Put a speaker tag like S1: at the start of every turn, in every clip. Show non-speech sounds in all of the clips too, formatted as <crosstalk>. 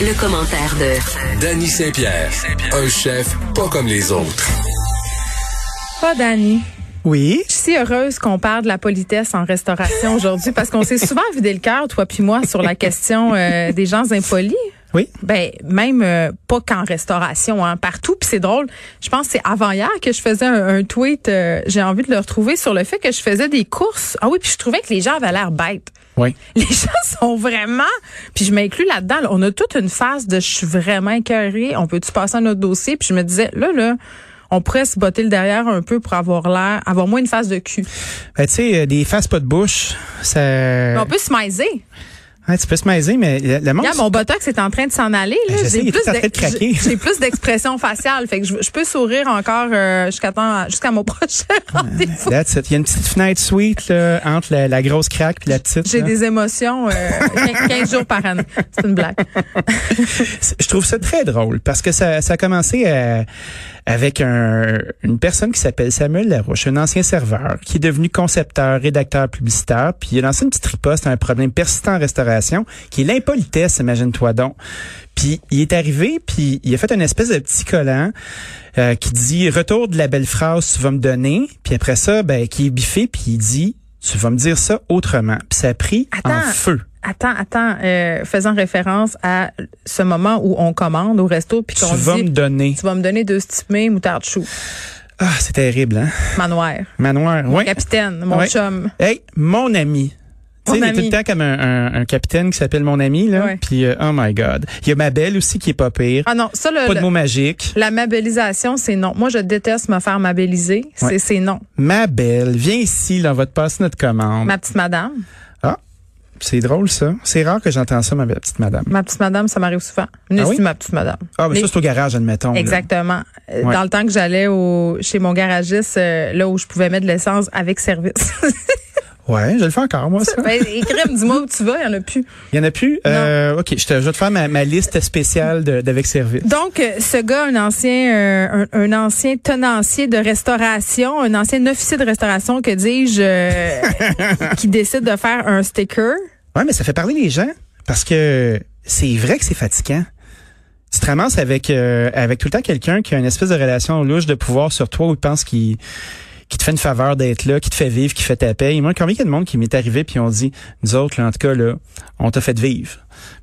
S1: Le, le commentaire de
S2: Danny Saint-Pierre, un chef pas comme les autres.
S3: Pas Danny.
S4: Oui.
S3: Je suis si heureuse qu'on parle de la politesse en restauration aujourd'hui parce qu'on s'est souvent vidé le cœur, toi puis moi, sur la question euh, des gens impolis.
S4: Oui.
S3: Ben même euh, pas qu'en restauration, hein, partout. Puis c'est drôle. Je pense que c'est avant hier que je faisais un, un tweet. euh, J'ai envie de le retrouver sur le fait que je faisais des courses. Ah oui, puis je trouvais que les gens avaient l'air bêtes.
S4: Oui.
S3: Les gens sont vraiment. Puis je m'inclus là-dedans. là, on a toute une phase de je suis vraiment écœurée. On peut-tu passer à notre dossier? Puis je me disais, là, là, on pourrait se botter le derrière un peu pour avoir l'air, avoir moins une phase de cul.
S4: Ben, tu sais, euh, des faces pas de bouche, ça.
S3: Mais on peut se maiser.
S4: Ouais, tu peux se maiser, mais le, le monde.
S3: Regarde, mon botox est en train de s'en aller. là.
S4: Ben, je sais,
S3: J'ai
S4: il est
S3: plus
S4: tout en train de
S3: d'ex-
S4: craquer.
S3: j'ai- j'ai plus d'expression faciale. Fait que je, je peux sourire encore euh, jusqu'à temps- jusqu'à mon <laughs> prochain rendez-vous.
S4: That's it. Il y a une petite fenêtre sweet là, entre la, la grosse craque et la petite.
S3: J'ai
S4: là.
S3: des émotions euh, 15 jours par année. C'est une blague.
S4: Je trouve ça très drôle parce que ça, ça a commencé euh, avec un- une personne qui s'appelle Samuel Larouche, un ancien serveur qui est devenu concepteur, rédacteur, publicitaire, puis il a lancé une petite riposte à un problème persistant en restauration qui est l'impolitesse, imagine-toi donc. Puis il est arrivé, puis il a fait une espèce de petit collant euh, qui dit retour de la belle phrase tu vas me donner, puis après ça ben qui est biffé puis il dit tu vas me dire ça autrement. Puis ça a pris en
S3: Attends.
S4: feu.
S3: Attends, attends. euh, faisant référence à ce moment où on commande au resto puis
S4: Tu
S3: qu'on
S4: vas
S3: dit
S4: me donner.
S3: Tu vas me donner deux stimés, moutarde chou,
S4: Ah, c'est terrible hein.
S3: manoir,
S4: Manoir. ouais.
S3: capitaine, mon
S4: Ouais.
S3: chum.
S4: Hey, mon ami. Tu
S3: Mon
S4: sais, il y a
S3: ami.
S4: tout le temps comme un, un- un capitaine qui s'appelle mon ami, là.
S3: Ouais.
S4: Puis, euh, oh my God. Il y a ma belle aussi qui est pas pire.
S3: Ah non, ça, le,
S4: pas de
S3: le-
S4: mots magiques.
S3: la mabellisation, c'est non. Moi, je déteste me faire mabelliser. C'est
S4: Ouais.
S3: c'est non.
S4: Ma belle, viens ici, là, on va te passer notre commande.
S3: Ma petite madame.
S4: Ah, c'est drôle, ça. C'est rare que j'entends ça, ma belle petite madame.
S3: Ma petite madame, ça m'arrive souvent. Venez
S4: Ah oui?
S3: ici, ma petite madame.
S4: Ah, mais,
S3: Mais-
S4: ça, c'est au garage, admettons. là.
S3: Exactement. Euh,
S4: Ouais.
S3: Dans le temps que j'allais au chez mon garagiste, euh, là où je pouvais mettre de l'essence avec service. <laughs>
S4: Ouais, je le fais encore, moi, ça.
S3: ben, crème, dis-moi où tu vas, il y en a plus.
S4: Il y en a plus? Euh, OK, je, te, je vais te faire ma, ma liste spéciale de- d'avec service.
S3: Donc, euh, ce gars, un ancien, euh, un, un ancien tenancier de restauration, un ancien officier de restauration, que dis-je,
S4: <laughs>
S3: euh, qui décide de faire un sticker.
S4: Ouais, mais ça fait parler les gens parce que c'est vrai que c'est fatigant. Tu te ramasses avec euh, avec tout le temps quelqu'un qui a une espèce de relation louche de pouvoir sur toi où il pense qu'il qui te fait une faveur d'être là, qui te fait vivre, qui fait ta paix. Et moi, combien il y a de monde qui m'est arrivé puis on dit, nous autres, là, en tout cas, là, on t'a fait vivre.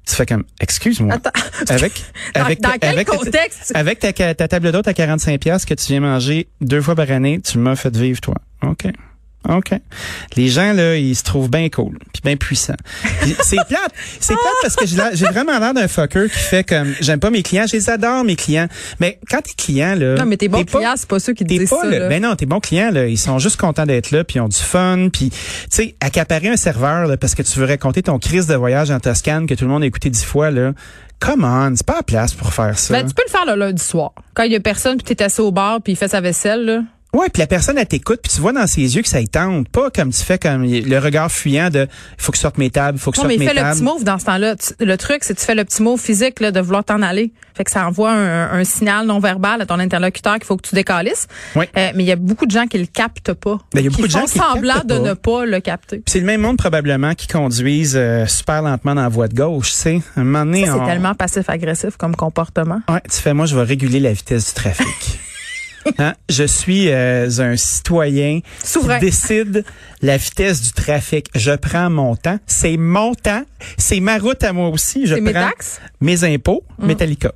S4: Tu fais comme, excuse-moi.
S3: Attends.
S4: Avec,
S3: <laughs> Dans-
S4: avec,
S3: dans quel
S4: avec,
S3: contexte?
S4: avec ta, ca- ta table d'hôte à 45 pièces que tu viens manger deux fois par année, tu m'as fait vivre, toi. OK. OK. Les gens, là, ils se trouvent bien cool, puis bien puissants. Puis C'est plate. C'est plate parce que j'ai l'air- j'ai vraiment l'air d'un fucker qui fait comme, j'aime pas mes clients, je les adore, mes clients. Mais quand t'es client, là.
S3: Non, mais tes bons
S4: pas-
S3: clients, c'est pas ceux qui te
S4: T'es
S3: disent
S4: pas
S3: ça.
S4: le-
S3: là.
S4: ben non, tes bons clients là, ils sont juste contents d'être là, puis ils ont du fun, puis tu sais, accaparer un serveur là, parce que tu veux raconter ton crise de voyage en Toscane que tout le monde a écouté dix fois là. Come on, c'est pas la place pour faire ça.
S3: Ben, tu peux le faire le lundi soir. Quand il y a personne, puis t'es assis au bar, puis il fait sa vaisselle, là.
S4: Ouais, puis la personne elle t'écoute, puis tu vois dans ses yeux que ça y tente, pas comme tu fais comme le regard fuyant de il faut que je sorte mes tables, il faut que je
S3: Non,
S4: sorte
S3: mais
S4: mes
S3: fais le
S4: tables.
S3: petit move dans ce temps-là. Tu- Le truc, c'est que tu fais le petit move physique là, de vouloir t'en aller. Fait que ça envoie un, un signal non verbal à ton interlocuteur qu'il faut que tu décalisses.
S4: Oui.
S3: Euh, mais il y a beaucoup de gens qui le captent pas.
S4: Ben, il y a beaucoup
S3: qui
S4: de gens
S3: font
S4: qui le
S3: semblant
S4: captent
S3: de
S4: pas.
S3: ne pas le capter.
S4: Puis c'est le même monde probablement qui conduisent euh, super lentement dans la voie de gauche, tu sais. Un moment donné,
S3: Ça,
S4: on-
S3: C'est tellement passif-agressif comme comportement.
S4: Ouais, tu fais, moi, je vais réguler la vitesse du
S3: <laughs>
S4: trafic. Hein? Je suis euh, un citoyen
S3: Souverain.
S4: qui décide la vitesse du trafic. Je prends mon temps. C'est mon temps. C'est ma route à moi aussi. Je
S3: C'est
S4: prends
S3: mes taxes? Hum.
S4: mes impôts, Metallica.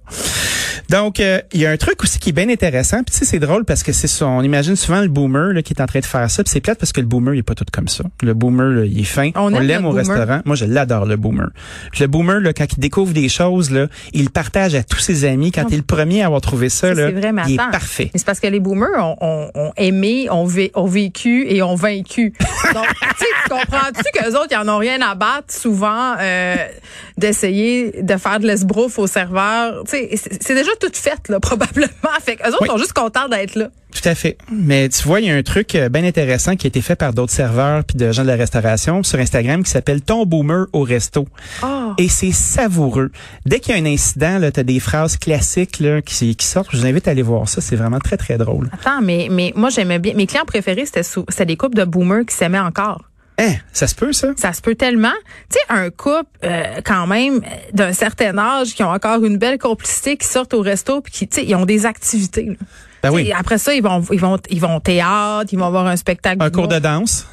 S4: Donc, euh, il y a un truc aussi qui est bien intéressant. Puis tu sais, c'est drôle parce que c'est ça. On imagine souvent le boomer là, qui est en train de faire ça. Puis c'est plate parce que le boomer, il est pas tout comme ça. Le boomer, là, il est fin.
S3: On
S4: On,
S3: aime
S4: l'aime
S3: notre
S4: au
S3: boomer.
S4: restaurant. Moi, je l'adore, le boomer. Puis le boomer, là, quand il découvre des choses, là, il le partage à tous ses amis. Quand il est le premier à avoir trouvé
S3: Oh.
S4: ça,
S3: Ça,
S4: là,
S3: c'est vrai, mais
S4: il est
S3: attends.
S4: parfait.
S3: Mais C'est parce que les boomers ont, ont- ont aimé, ont, vé- ont vécu et ont vaincu. Donc, tu sais, tu comprends-tu qu'eux autres, ils en ont rien à battre souvent euh, d'essayer de faire de l'esbrouf au serveur. Tu sais, c'est c'est déjà tout fait, là, <laughs> probablement. Fait qu'eux autres
S4: Oui.
S3: sont juste contents d'être là.
S4: Tout à fait. Mais tu vois, il y a un truc euh, bien intéressant qui a été fait par d'autres serveurs puis de gens de la restauration sur Instagram qui s'appelle Ton boomer au resto.
S3: Ah.
S4: Et c'est savoureux. Dès qu'il y a un incident, tu as des phrases classiques là, qui, qui sortent. Je vous invite à aller voir ça. C'est vraiment très, très drôle.
S3: Attends, mais, mais moi, j'aimais bien. Mes clients préférés, c'était sou- c'était des couples de boomers qui s'aimaient encore.
S4: Hein, ça se peut, ça?
S3: Ça se peut tellement. Tu sais, un couple, euh, quand même, euh, d'un certain âge, qui ont encore une belle complicité, qui sortent au resto, puis qui, tu sais, ils ont des activités. là.
S4: Ben
S3: Tu
S4: oui.
S3: sais, Après ça, ils vont, ils vont, ils vont au théâtre, ils vont voir un spectacle.
S4: Un cours de
S3: d'humour.
S4: danse.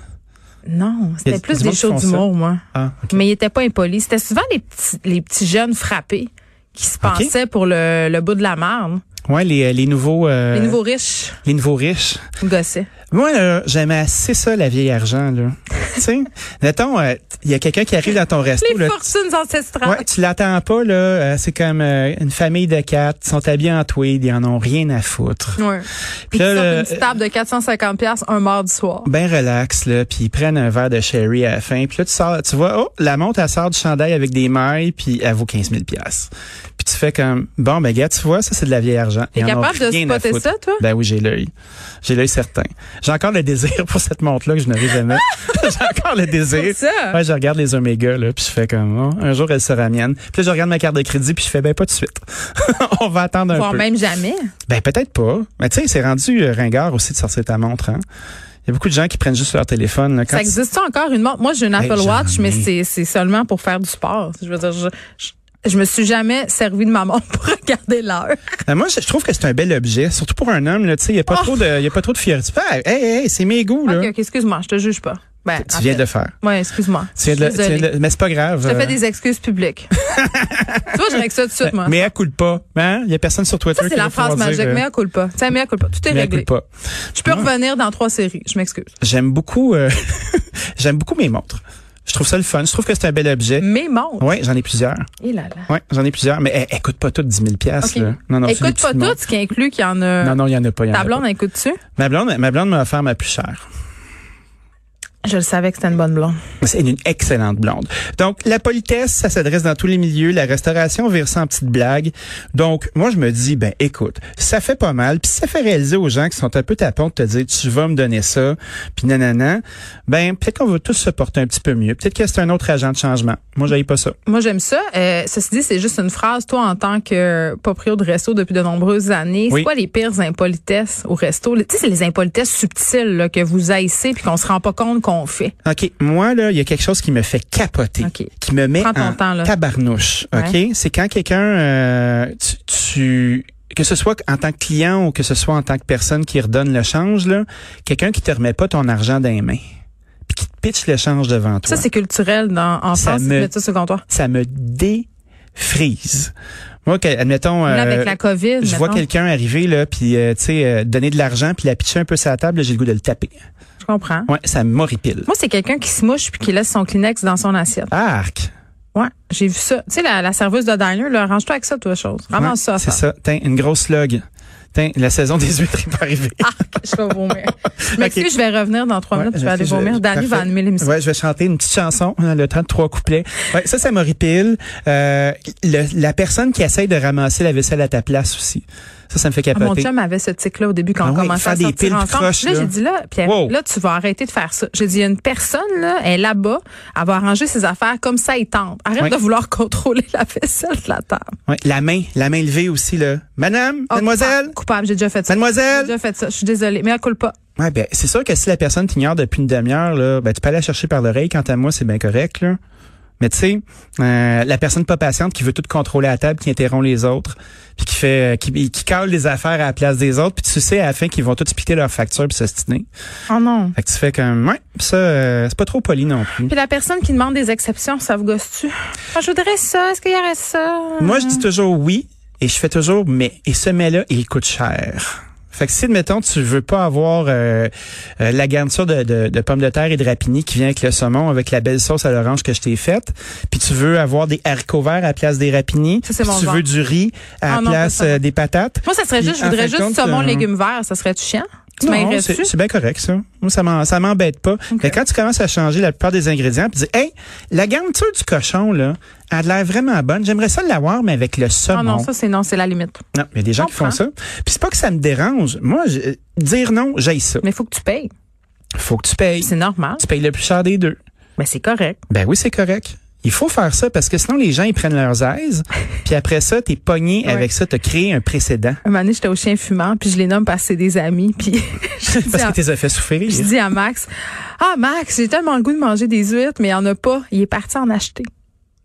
S3: Non,
S4: Il y a
S3: c'était plus
S4: du
S3: des
S4: monde qui
S3: shows
S4: font ça.
S3: d'humour, moi.
S4: Ah, ok.
S3: Mais ils étaient pas impolis. C'était souvent les petits, les petits jeunes frappés qui se
S4: Ok.
S3: pensaient pour le, le bout de la marne.
S4: Ouais, les, les nouveaux... euh,
S3: Les nouveaux riches
S4: les nouveaux riches.
S3: gossaient.
S4: Moi, là, j'aimais assez ça, la vieille
S3: <laughs>
S4: argent, là. tu sais, mettons, euh, il y a quelqu'un qui arrive dans ton resto,
S3: Les
S4: là,
S3: fortunes ancestrales.
S4: Ouais, tu l'attends pas là, euh, c'est comme euh, une famille de quatre, ils sont habillés en tweed, ils en ont rien à foutre.
S3: Ouais. Puis
S4: Puis là,
S3: ils sortent
S4: le- euh,
S3: une petite table de 450 pièces un mardi soir.
S4: Ben relax là, puis ils prennent un verre de sherry à la fin, puis là tu sors, tu vois, oh, la montre elle sort du chandail avec des mailles, puis elle vaut 15 000 pièces. Puis tu fais comme bon ben gars, tu vois, ça c'est de la vieille argent.
S3: T'es
S4: Ils en ont
S3: capable de
S4: rien à
S3: spotter
S4: foutre.
S3: ça, toi?
S4: Ben oui, j'ai l'œil. J'ai l'œil certain. J'ai encore le désir pour cette montre là que je
S3: <laughs>
S4: n'avais jamais. j'ai encore le désir.
S3: C'est ça.
S4: Ouais, je regarde les Oméga là, puis je fais comme oh, un jour elle sera mienne. Puis là, je regarde ma carte de crédit, puis je fais ben pas de suite. <laughs> On va attendre un
S3: Voire
S4: peu.
S3: même jamais.
S4: Ben peut-être pas. Mais tu sais, c'est rendu euh, ringard aussi de sortir ta montre. Hein? Il y a beaucoup de gens qui prennent juste leur téléphone. Là, quand
S3: ça existe ça encore une montre? Moi, j'ai une
S4: Hey,
S3: Apple
S4: j'en
S3: Watch,
S4: ai.
S3: mais c'est, c'est seulement pour faire du sport. Je veux dire, je, je, je me suis jamais servi de ma montre <laughs> pour regarder l'heure.
S4: Ben, moi, je je trouve que c'est un bel objet, surtout pour un homme. là, Tu sais, il y a pas
S3: Oh!
S4: trop de, il y a pas trop de fierté. Ben, hey, hey, c'est mes goûts là.
S3: Ok, ok, excuse-moi, je te juge pas. Ben,
S4: Tu viens de le faire.
S3: Ouais, excuse-moi.
S4: Tu viens de le-
S3: Je suis
S4: tu viens de
S3: désolée.
S4: le- mais c'est pas grave.
S3: Je te
S4: euh,
S3: fais des excuses
S4: <laughs>
S3: publiques. tu vois, je règle ça tout de suite, moi.
S4: Mais elle coule pas. Hein? Il y a personne sur Twitter
S3: ça,
S4: qui
S3: c'est la
S4: va pouvoir
S3: phrase magique.
S4: dire, euh,
S3: Mea culpa. Tu sais, mea culpa. Tout est
S4: mais elle
S3: réglé.
S4: coule pas.
S3: Je peux revenir dans trois séries. Je m'excuse.
S4: J'aime beaucoup, euh, <laughs> j'aime beaucoup mes montres. Je trouve ça le fun. Je trouve que c'est un bel objet.
S3: Mes montres.
S4: Ouais, j'en ai plusieurs.
S3: Et là, là.
S4: Ouais, j'en ai plusieurs. Mais elles, elles coûtent pas toutes 10 000
S3: Ok.
S4: pièces. là. Non, non, c'est des
S3: Écoute pas euh,
S4: petites montres.
S3: tout ce qui inclut qu'il y en a.
S4: Non, non, il y en a pas. il y en a
S3: Ta
S4: pas.
S3: blonde, écoute-tu?
S4: Ma blonde, ma blonde m'a offert ma plus chère.
S3: Je le savais que c'était une bonne blonde.
S4: C'est une excellente blonde. Donc, la politesse, ça s'adresse dans tous les milieux. La restauration vire ça en petites blagues. Donc, moi, je me dis, ben, écoute, ça fait pas mal. Puis ça fait réaliser aux gens qui sont un peu tapons de te dire, tu vas me donner ça. Puis nanana. Ben, peut-être qu'on va tous se porter un petit peu mieux. Peut-être que c'est un autre agent de changement. Moi, j'aille pas ça.
S3: Moi, j'aime ça. Euh, ceci dit, c'est juste une phrase. Toi, en tant que proprio de resto depuis de nombreuses années, c'est
S4: Oui.
S3: quoi les pires impolitesses au resto? Tu sais, c'est les impolitesses subtiles là, que vous haïssez puis qu'on se rend pas compte qu'on fait.
S4: OK, moi là, il y a quelque chose qui me fait capoter,
S3: OK.
S4: qui me met
S3: Prends ton
S4: en
S3: temps, là.
S4: tabarnouche. OK,
S3: Ouais.
S4: c'est quand quelqu'un euh, tu, tu- que ce soit en tant que client ou que ce soit en tant que personne qui redonne le change là, quelqu'un qui te remet pas ton argent dans les mains, puis qui te pitche le change devant toi.
S3: Ça, c'est culturel dans, en
S4: Ça
S3: France. ils
S4: me-
S3: mettent ça sur le comptoir.
S4: ça me défrise. Moi, que- admettons
S3: Là, avec
S4: euh,
S3: la COVID,
S4: je vois
S3: mettons.
S4: quelqu'un arriver là, puis euh, tu sais euh, donner de l'argent, puis la pitcher un peu sur la table, là, j'ai le goût de le taper.
S3: je comprends.
S4: Ouais, ça m'horripile.
S3: Moi, c'est quelqu'un qui se mouche puis qui laisse son Kleenex dans son assiette.
S4: Arc.
S3: Ouais, j'ai vu ça. Tu sais, la, la serveuse de diner, là, arrange-toi avec ça, toi, chose. Vraiment
S4: Ouais,
S3: ça.
S4: C'est
S3: femme.
S4: ça. Tiens, une grosse log. Tiens, la saison des huîtres est pas arrivée.
S3: <laughs> Je vais vomir.
S4: <laughs>
S3: Je m'excuse,
S4: Ok.
S3: je vais revenir dans trois
S4: Ouais,
S3: minutes. Je vais aller
S4: je-
S3: vomir.
S4: je-
S3: Dani va
S4: parfait.
S3: animer l'émission.
S4: Ouais, je vais chanter une petite chanson, hein, le temps de trois couplets. Ouais, ça, ça m'horripile. Euh, le- la personne qui essaye de ramasser la vaisselle à ta place aussi. Ça, ça me fait
S3: Ah, Mon
S4: capoter.
S3: chum avait ce tic-là au début quand
S4: Ah
S3: on
S4: oui,
S3: commençait
S4: faire
S3: à
S4: des
S3: sortir
S4: piles
S3: ensemble.
S4: croches,
S3: là,
S4: là.
S3: j'ai dit là, Pierre,
S4: Wow.
S3: là tu vas arrêter de faire ça. J'ai dit il y a une personne là, elle est là-bas, elle va arranger ses affaires comme ça et tente. Arrête
S4: Oui.
S3: de vouloir contrôler la vaisselle de la table.
S4: Ouais, la main, la main levée aussi, là. Madame,
S3: Ah,
S4: <laughs> mademoiselle.
S3: coupable, coupable, j'ai déjà fait ça. J'ai
S4: Mademoiselle!
S3: déjà fait ça. Je suis désolée, mais elle coule pas.
S4: Ouais, ben, c'est sûr que si la personne t'ignore depuis une demi-heure, là, ben, tu peux aller la chercher par l'oreille. Quant à moi, c'est bien correct, là. Mais tu sais, euh, la personne pas patiente qui veut tout contrôler à la table, qui interrompt les autres, puis qui fait, euh, qui, qui cale les affaires à la place des autres, puis tu sais à la fin qu'ils vont tous piquer leurs factures puis s'ostiner.
S3: Oh non.
S4: Fait que tu fais comme, ouais, pis ça, euh, c'est pas trop poli non plus.
S3: Puis la personne qui demande des exceptions, ça vous gosse-tu? Ah, je voudrais ça, est-ce qu'il y aurait ça?
S4: Moi, je dis toujours oui, Et je fais toujours mais. Et ce mais-là, il coûte cher. Fait que si, admettons, tu veux pas avoir euh, euh, la garniture de, de, de pommes de terre et de rapini qui vient avec le saumon, avec la belle sauce à l'orange que je t'ai faite, puis tu veux avoir des haricots verts à la place des rapinis,
S3: Ça, c'est
S4: puis
S3: mon
S4: tu
S3: genre.
S4: veux du riz à
S3: Ah
S4: la
S3: non,
S4: place
S3: pas ça.
S4: euh, des patates.
S3: Moi, ça serait
S4: Puis,
S3: juste, je
S4: en
S3: voudrais
S4: fin
S3: juste
S4: de compte,
S3: saumon,
S4: euh,
S3: légumes verts. Ça serait-tu chiant? Tu
S4: non,
S3: m'irais
S4: c'est
S3: dessus?
S4: c'est bien correct, ça. Moi, ça m'en- ça m'embête pas. Mais quand tu commences à changer la plupart des ingrédients, puis tu dis, hey, la garniture du cochon, là, elle a l'air vraiment bonne. J'aimerais ça l'avoir, mais avec le saumon.
S3: Ah non, ça, c'est non, c'est la limite.
S4: Non, il y a des gens qui font
S3: comprends.
S4: ça. Puis c'est pas que ça me dérange. Moi, je- dire non, j'aille ça.
S3: Mais il faut que tu payes.
S4: Faut que tu payes.
S3: C'est normal.
S4: Tu payes le plus cher des deux.
S3: Mais c'est correct.
S4: Ben oui, c'est correct. Il faut faire ça parce que sinon les gens ils prennent leurs
S3: <laughs>
S4: aises, puis après ça t'es pogné
S3: Ouais.
S4: avec ça, t'as créé un précédent <laughs>
S3: Un moment donné, j'étais au chien fumant, puis je les nomme parce que c'est des amis, puis <laughs>
S4: <laughs>
S3: je dis
S4: parce
S3: à-
S4: que t'es fait souffrir.
S3: je dis à Max, ah Max, j'ai tellement le goût de manger des huîtres, mais il n'y en a pas. Il est parti en acheter.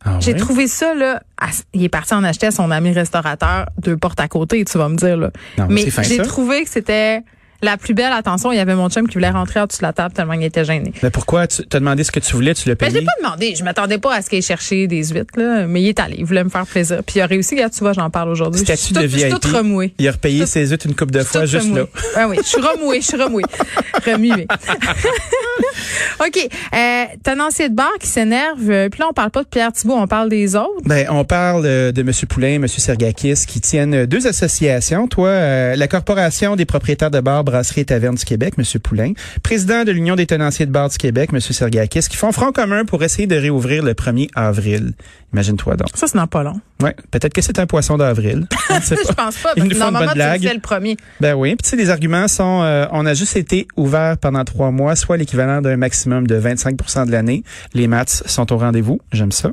S4: Ah
S3: J'ai
S4: ouais?
S3: trouvé ça, là. à- il est parti en acheter à son ami restaurateur deux portes à côté, tu vas me dire, là.
S4: Non, mais
S3: mais
S4: c'est fin,
S3: j'ai
S4: ça.
S3: trouvé que c'était la plus belle attention. Il y avait mon chum qui voulait rentrer en dessous de la table tellement il était gêné.
S4: Mais pourquoi tu t'as demandé ce que tu voulais, tu l'as
S3: Mais je l'ai
S4: payé
S3: Ben, pas demandé. Je m'attendais pas à ce qu'il ait cherché des huîtres, là. Mais il est allé. Il voulait me faire plaisir. Puis il a réussi. Regarde, tu vois, j'en parle aujourd'hui. Je suis
S4: Statut de
S3: toute- je suis
S4: VIP.
S3: toute remouée.
S4: Il a repayé
S3: Tout-
S4: ses huîtres une coupe de
S3: Je suis
S4: fois
S3: toute
S4: juste
S3: remouée.
S4: là.
S3: Ah oui, je suis remouée, je suis remouée. Remuée. <laughs> OK. Euh, tenancier de bar qui s'énerve. euh, Puis là, on parle pas de Pierre Thibault, on parle des autres.
S4: Ben, on parle euh, de M. Poulain et M. Sergakis qui tiennent euh, deux associations. Toi, euh, la Corporation des propriétaires de bars, brasseries et tavernes du Québec, M. Poulain, président de l'Union des tenanciers de bars du Québec, M. Sergakis, qui font front commun pour essayer de réouvrir le 1er avril. Imagine-toi donc.
S3: Ça, c'est dans pas long.
S4: Ouais, peut-être que c'est un poisson d'avril.
S3: <laughs>
S4: On ne sait
S3: Je
S4: pas.
S3: pense
S4: <laughs>
S3: pas.
S4: Il
S3: Parce que
S4: nous faut une bonne
S3: normalement, tu le
S4: blague.
S3: faisais le premier.
S4: Ben oui, puis tu sais, les arguments sont, euh, on a juste été ouvert pendant trois mois, soit l'équivalent d'un maximum de 25 de l'année. Les maths sont au rendez-vous,
S3: <laughs>
S4: j'aime ça.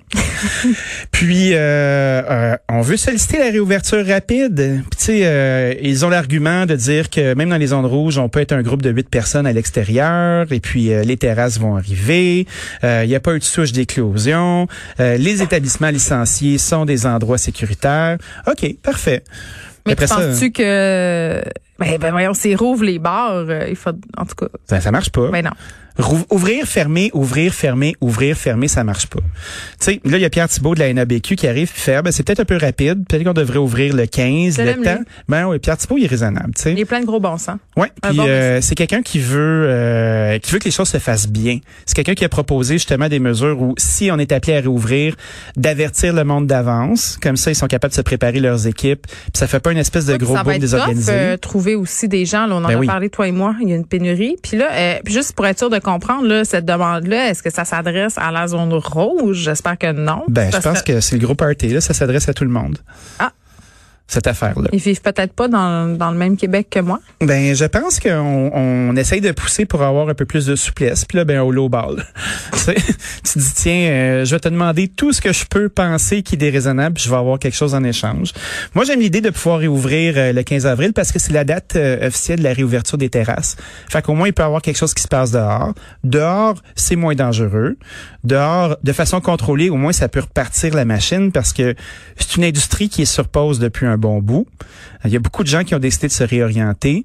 S4: puis, euh, euh, on veut solliciter la réouverture rapide. Puis tu sais, euh, ils ont l'argument de dire que même dans les zones rouges, on peut être un groupe de huit personnes à l'extérieur, et puis euh, les terrasses vont arriver, Euh, il n'y a pas eu de souche d'éclosion, Euh, les établissements licenciés sont des endroits sécuritaires. OK, parfait.
S3: Mais
S4: Après
S3: tu
S4: ça- hein.
S3: penses-tu que. Ben, ben voyons, s'ils rouvrent les bars, euh, il faut. En tout cas,
S4: Ça, ça marche pas.
S3: ben non.
S4: Rou- Ouvrir, fermer, ouvrir, fermer, ouvrir, fermer, ça marche pas. Tu sais, là, il y a Pierre Thibault de la NABQ qui arrive puis fait, ben, c'est peut-être un peu rapide, peut-être qu'on devrait ouvrir le 15,
S3: Je
S4: le
S3: l'aime,
S4: temps.
S3: lui.
S4: Ben oui, Pierre Thibault, il est raisonnable, tu sais.
S3: Il est plein de gros bon sens.
S4: Ouais,
S3: Un
S4: puis
S3: bon
S4: euh, c'est quelqu'un qui veut euh, qui veut que les choses se fassent bien. C'est quelqu'un qui a proposé justement des mesures où si on est appelé à réouvrir, d'avertir le monde d'avance, comme ça ils sont capables de se préparer leurs équipes, puis ça fait pas une espèce de
S3: Puis
S4: gros
S3: ça va
S4: boom
S3: être tough,
S4: désorganisé.
S3: euh, trouver aussi des gens. Là, on en
S4: Ben
S3: a
S4: oui.
S3: parlé, toi et moi. Il y a une pénurie. Puis là, euh, puis juste pour être sûr de comprendre, là, cette demande-là, est-ce que ça s'adresse à la zone rouge? J'espère que non.
S4: ben, je
S3: Parce
S4: pense que c'est le gros party là, ça s'adresse à tout le monde.
S3: Ah.
S4: Cette affaire là.
S3: Ils vivent peut-être pas dans, dans le même Québec que moi.
S4: Ben, je pense qu'on on essaye de pousser pour avoir un peu plus de souplesse. Puis là, ben, au low ball. <laughs> tu sais, tu te dis, tiens, euh, je vais te demander tout ce que je peux penser qui est déraisonnable, puis je vais avoir quelque chose en échange. Moi, j'aime l'idée de pouvoir réouvrir euh, le 15 avril parce que c'est la date euh, officielle de la réouverture des terrasses. Fait qu'au moins, il peut y avoir quelque chose qui se passe dehors. Dehors, c'est moins dangereux. Dehors, de façon contrôlée, au moins, ça peut repartir la machine parce que c'est une industrie qui est sur pause depuis un bon bout. Euh, Il y a beaucoup de gens qui ont décidé de se réorienter.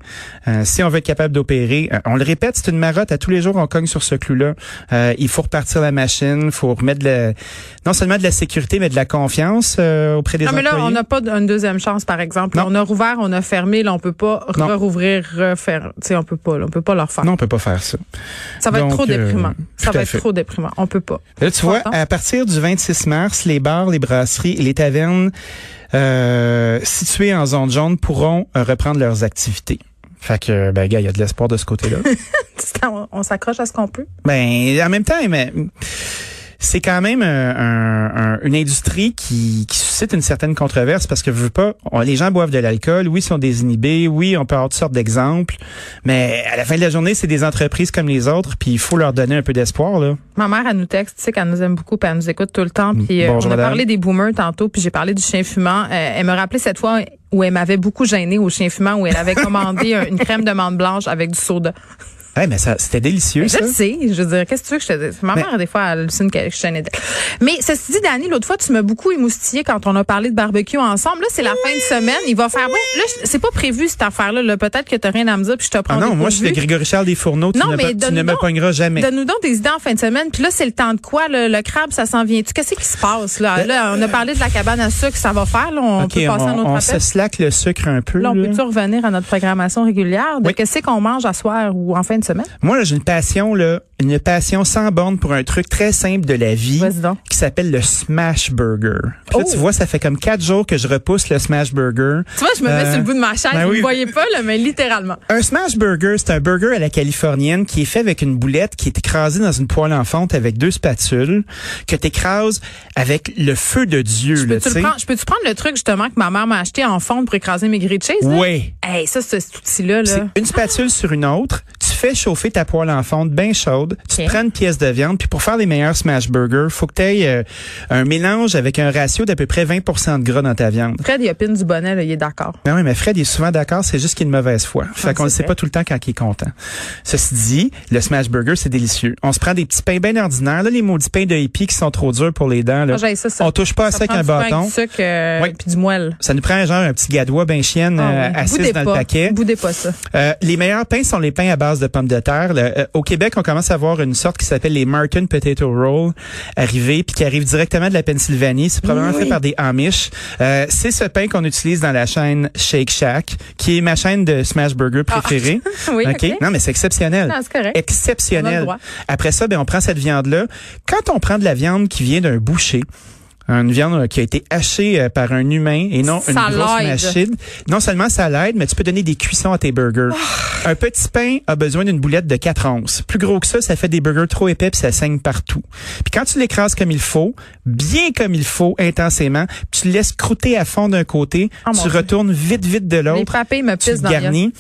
S4: Euh, si on veut être capable d'opérer, euh, on le répète, c'est une marotte. À tous les jours, on cogne sur ce clou-là. Euh, il faut repartir la machine, il faut remettre de la- non seulement de la sécurité, mais de la confiance euh, auprès des
S3: Non, mais là, on
S4: employés.
S3: n'a pas d- une deuxième chance, par exemple.
S4: Non.
S3: On a rouvert, on a fermé. Là, on peut pas
S4: Non.
S3: rouvrir, refaire. Tu sais, on peut pas. là, on peut pas leur faire.
S4: Non, on peut pas faire ça.
S3: Ça va
S4: Donc,
S3: être trop
S4: euh,
S3: déprimant.
S4: tout
S3: Ça
S4: à
S3: va être
S4: fait.
S3: trop déprimant. On peut pas.
S4: Là, tu vois,
S3: Content.
S4: à partir du 26 mars, les bars, les brasseries et les tavernes euh, situées en zone jaune pourront euh, reprendre leurs activités. Fait que, ben, gars, il y a de l'espoir de ce côté-là.
S3: On, on s'accroche à ce qu'on peut.
S4: Ben, en même temps, mais c'est quand même euh, un- un- une industrie qui, qui suscite une certaine controverse parce que je veux pas, on- les gens boivent de l'alcool, oui, ils sont désinhibés, oui, on peut avoir toutes sortes d'exemples, mais à la fin de la journée, c'est des entreprises comme les autres, puis il faut leur donner un peu d'espoir là.
S3: Ma mère, elle nous texte, tu sais qu'elle nous aime beaucoup, puis elle nous écoute tout le temps. Puis euh,
S4: Bonjour,
S3: on a
S4: madame.
S3: parlé des boomers tantôt, puis j'ai parlé du chien fumant. Euh, elle me rappelait cette fois
S4: <laughs>
S3: où elle m'avait beaucoup gênée au chien fumant, où elle avait commandé un- une crème de menthe blanche avec du soda.
S4: Hey, Eh, mais ça, c'était délicieux,
S3: Je
S4: ça. Ben
S3: le sais. Je veux dire, qu'est-ce que tu veux que je te dise? Ma
S4: Mais-
S3: mère, des fois, elle hallucine que je t'en ai dit. Mais ceci dit, Dani, l'autre fois, tu m'as beaucoup émoustillé quand on a parlé de barbecue ensemble. Là, c'est la fin de semaine. Il va faire, ouais, là, je- c'est pas prévu, cette affaire-là. là. Peut-être que t'as rien à me dire puis je te prends
S4: Ah non,
S3: au
S4: moi, je suis le
S3: dépourvu.
S4: Grégory Charles des Fourneaux. Tu
S3: Non,
S4: ne,
S3: mais
S4: me- tu ne
S3: donne-nous
S4: me
S3: donc-
S4: pogneras jamais.
S3: Donne-nous donc des idées en fin de semaine. Puis là, c'est le temps de quoi? Le, le crabe, ça s'en vient-tu? Qu'est-ce qui se passe? Là? là, on a parlé de la cabane à sucre, ça va faire. Là, on
S4: Ben, OK,
S3: peut passer à un
S4: on,
S3: autre
S4: on se
S3: appel.
S4: slack le sucre un peu.
S3: Là, on
S4: là.
S3: peut-tu revenir à notre programmation régulière de
S4: Oui. Euh,
S3: qu'est-ce qu'on mange à soir ou en fin de semaine?
S4: Moi, là, j'ai une passion, là, une passion sans borne pour un truc très simple de la vie
S3: Vas-y donc.
S4: qui s'appelle le Smash Burger. Puis là,
S3: Oh!
S4: tu vois, ça fait comme quatre jours que je repousse le Smash Burger.
S3: Tu vois, je me mets
S4: Euh,
S3: sur le bout de ma chaise.
S4: ben
S3: vous
S4: oui.
S3: ne voyez pas, là, mais littéralement.
S4: Un smash burger, c'est un burger à la californienne qui est fait avec une boulette qui est écrasée dans une poêle en fonte avec deux spatules que t'écrases avec le feu de Dieu.
S3: Je
S4: là,
S3: peux-tu
S4: tu sais.
S3: le prendre- je peux-tu prendre le truc, justement, que ma mère m'a acheté en fonte pour écraser mes grilled cheese? là?
S4: Ouais.
S3: Hey, ça, c'est cet outil-là,
S4: C'est
S3: là.
S4: une spatule sur une autre. Tu fais chauffer ta poêle en fonte bien chaude. Tu
S3: Ok.
S4: te prends une pièce de viande. Puis pour faire les meilleurs smash burgers, faut que tu aies un mélange avec un ratio d'à peu près 20 de gras dans ta viande.
S3: Fred, il opine du bonnet, là, il est d'accord.
S4: Ben oui, mais Fred il est souvent d'accord, c'est juste qu'il est de mauvaise foi. Fait
S3: Ah,
S4: qu'on ne
S3: c'est
S4: sait
S3: vrai.
S4: pas tout le temps quand il est content. Ceci dit, le smash burger, c'est délicieux. On se prend des petits pains bien ordinaires, là, les maudits pains de hippie qui sont trop durs pour les dents. Là.
S3: Ah, j'aille ça, ça-
S4: On touche pas à ça avec
S3: prend
S4: un
S3: du pain avec
S4: bâton.
S3: Du sucre, euh,
S4: Oui.
S3: puis du moelle.
S4: Ça nous prend genre un petit gadois ben chienne
S3: Ah,
S4: euh,
S3: ouais.
S4: à six
S3: Boudez
S4: dans
S3: pas.
S4: le paquet.
S3: Boudez pas ça.
S4: Euh, les meilleurs pains sont les pains à base de pommes de terre. Le- euh, au Québec, on commence à avoir une sorte qui s'appelle les Martin Potato Roll arrivés, puis qui arrivent directement de la Pennsylvanie. C'est
S3: Mm,
S4: probablement fait par des Amish. Euh, c'est ce pain qu'on utilise dans la chaîne Shake Shack, qui est ma chaîne de smash burger préférée.
S3: Ah. <laughs> Oui, ok.
S4: Non, mais c'est exceptionnel.
S3: Non, c'est correct. On a le
S4: Exceptionnel.
S3: droit.
S4: Après ça, ben on prend cette viande là. Quand on prend de la viande qui vient d'un boucher. Une viande euh, qui a été hachée euh, par un humain et non une
S3: Ça
S4: grosse
S3: l'aide.
S4: machine. Non seulement ça l'aide, mais tu peux donner des cuissons à tes burgers.
S3: Ah.
S4: Un petit pain a besoin d'une boulette de 4 onces. Plus gros que ça, ça fait des burgers trop épais puis ça saigne partout. Puis quand tu l'écrases comme il faut, bien comme il faut, intensément, puis tu le laisses croûter à fond d'un côté,
S3: Oh, mon
S4: tu
S3: Dieu.
S4: retournes vite, vite de
S3: Les
S4: l'autre.
S3: frappés me
S4: Tu
S3: pissent
S4: le
S3: dans la gueule.
S4: garnis.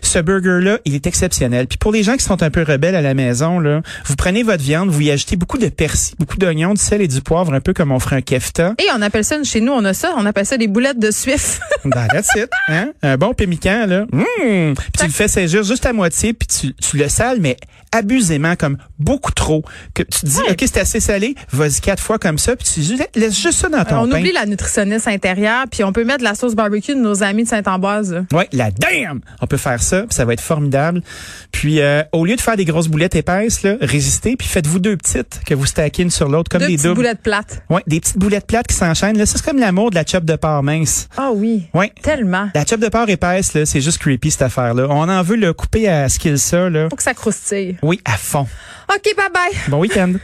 S4: Ce burger-là, il est exceptionnel. Puis pour les gens qui sont un peu rebelles à la maison, là, vous prenez votre viande, vous y ajoutez beaucoup de persil, beaucoup d'oignons, du sel et du poivre, un peu comme on ferait un kefta.
S3: Et on appelle ça, chez nous, on a ça, on appelle ça des boulettes de suif.
S4: Ben, that's it, hein? Un bon pémican, là. Mm! Puis tu le fais saisir juste à moitié, puis tu, tu le sales, mais abusément, comme beaucoup trop. Que tu te dis, OK, c'est assez salé, vas-y quatre fois comme ça, puis tu ju- laisses juste ça dans ton
S3: Euh, <laughs> on
S4: pain.
S3: oublie la nutritionniste intérieure, puis on peut mettre de la sauce barbecue de nos amis de Saint-Ambroise. là.
S4: Ouais, la damn! On peut faire ça, puis ça va être formidable. Puis euh, au lieu de faire des grosses boulettes épaisses, là, résistez, puis faites-vous deux petites que vous stackez une sur l'autre comme
S3: Deux
S4: des
S3: petites
S4: doubles.
S3: boulettes plates.
S4: Ouais, des petites boulettes plates qui s'enchaînent. Là, ça c'est comme l'amour de la chop de porc mince.
S3: Ah oui.
S4: Ouais.
S3: Tellement.
S4: La chop de porc épaisse, là, c'est juste creepy cette affaire-là. On en veut le couper à ce qu'il ça, là.
S3: Faut que ça croustille.
S4: Oui, à fond.
S3: OK, bye bye.
S4: Bon week-end.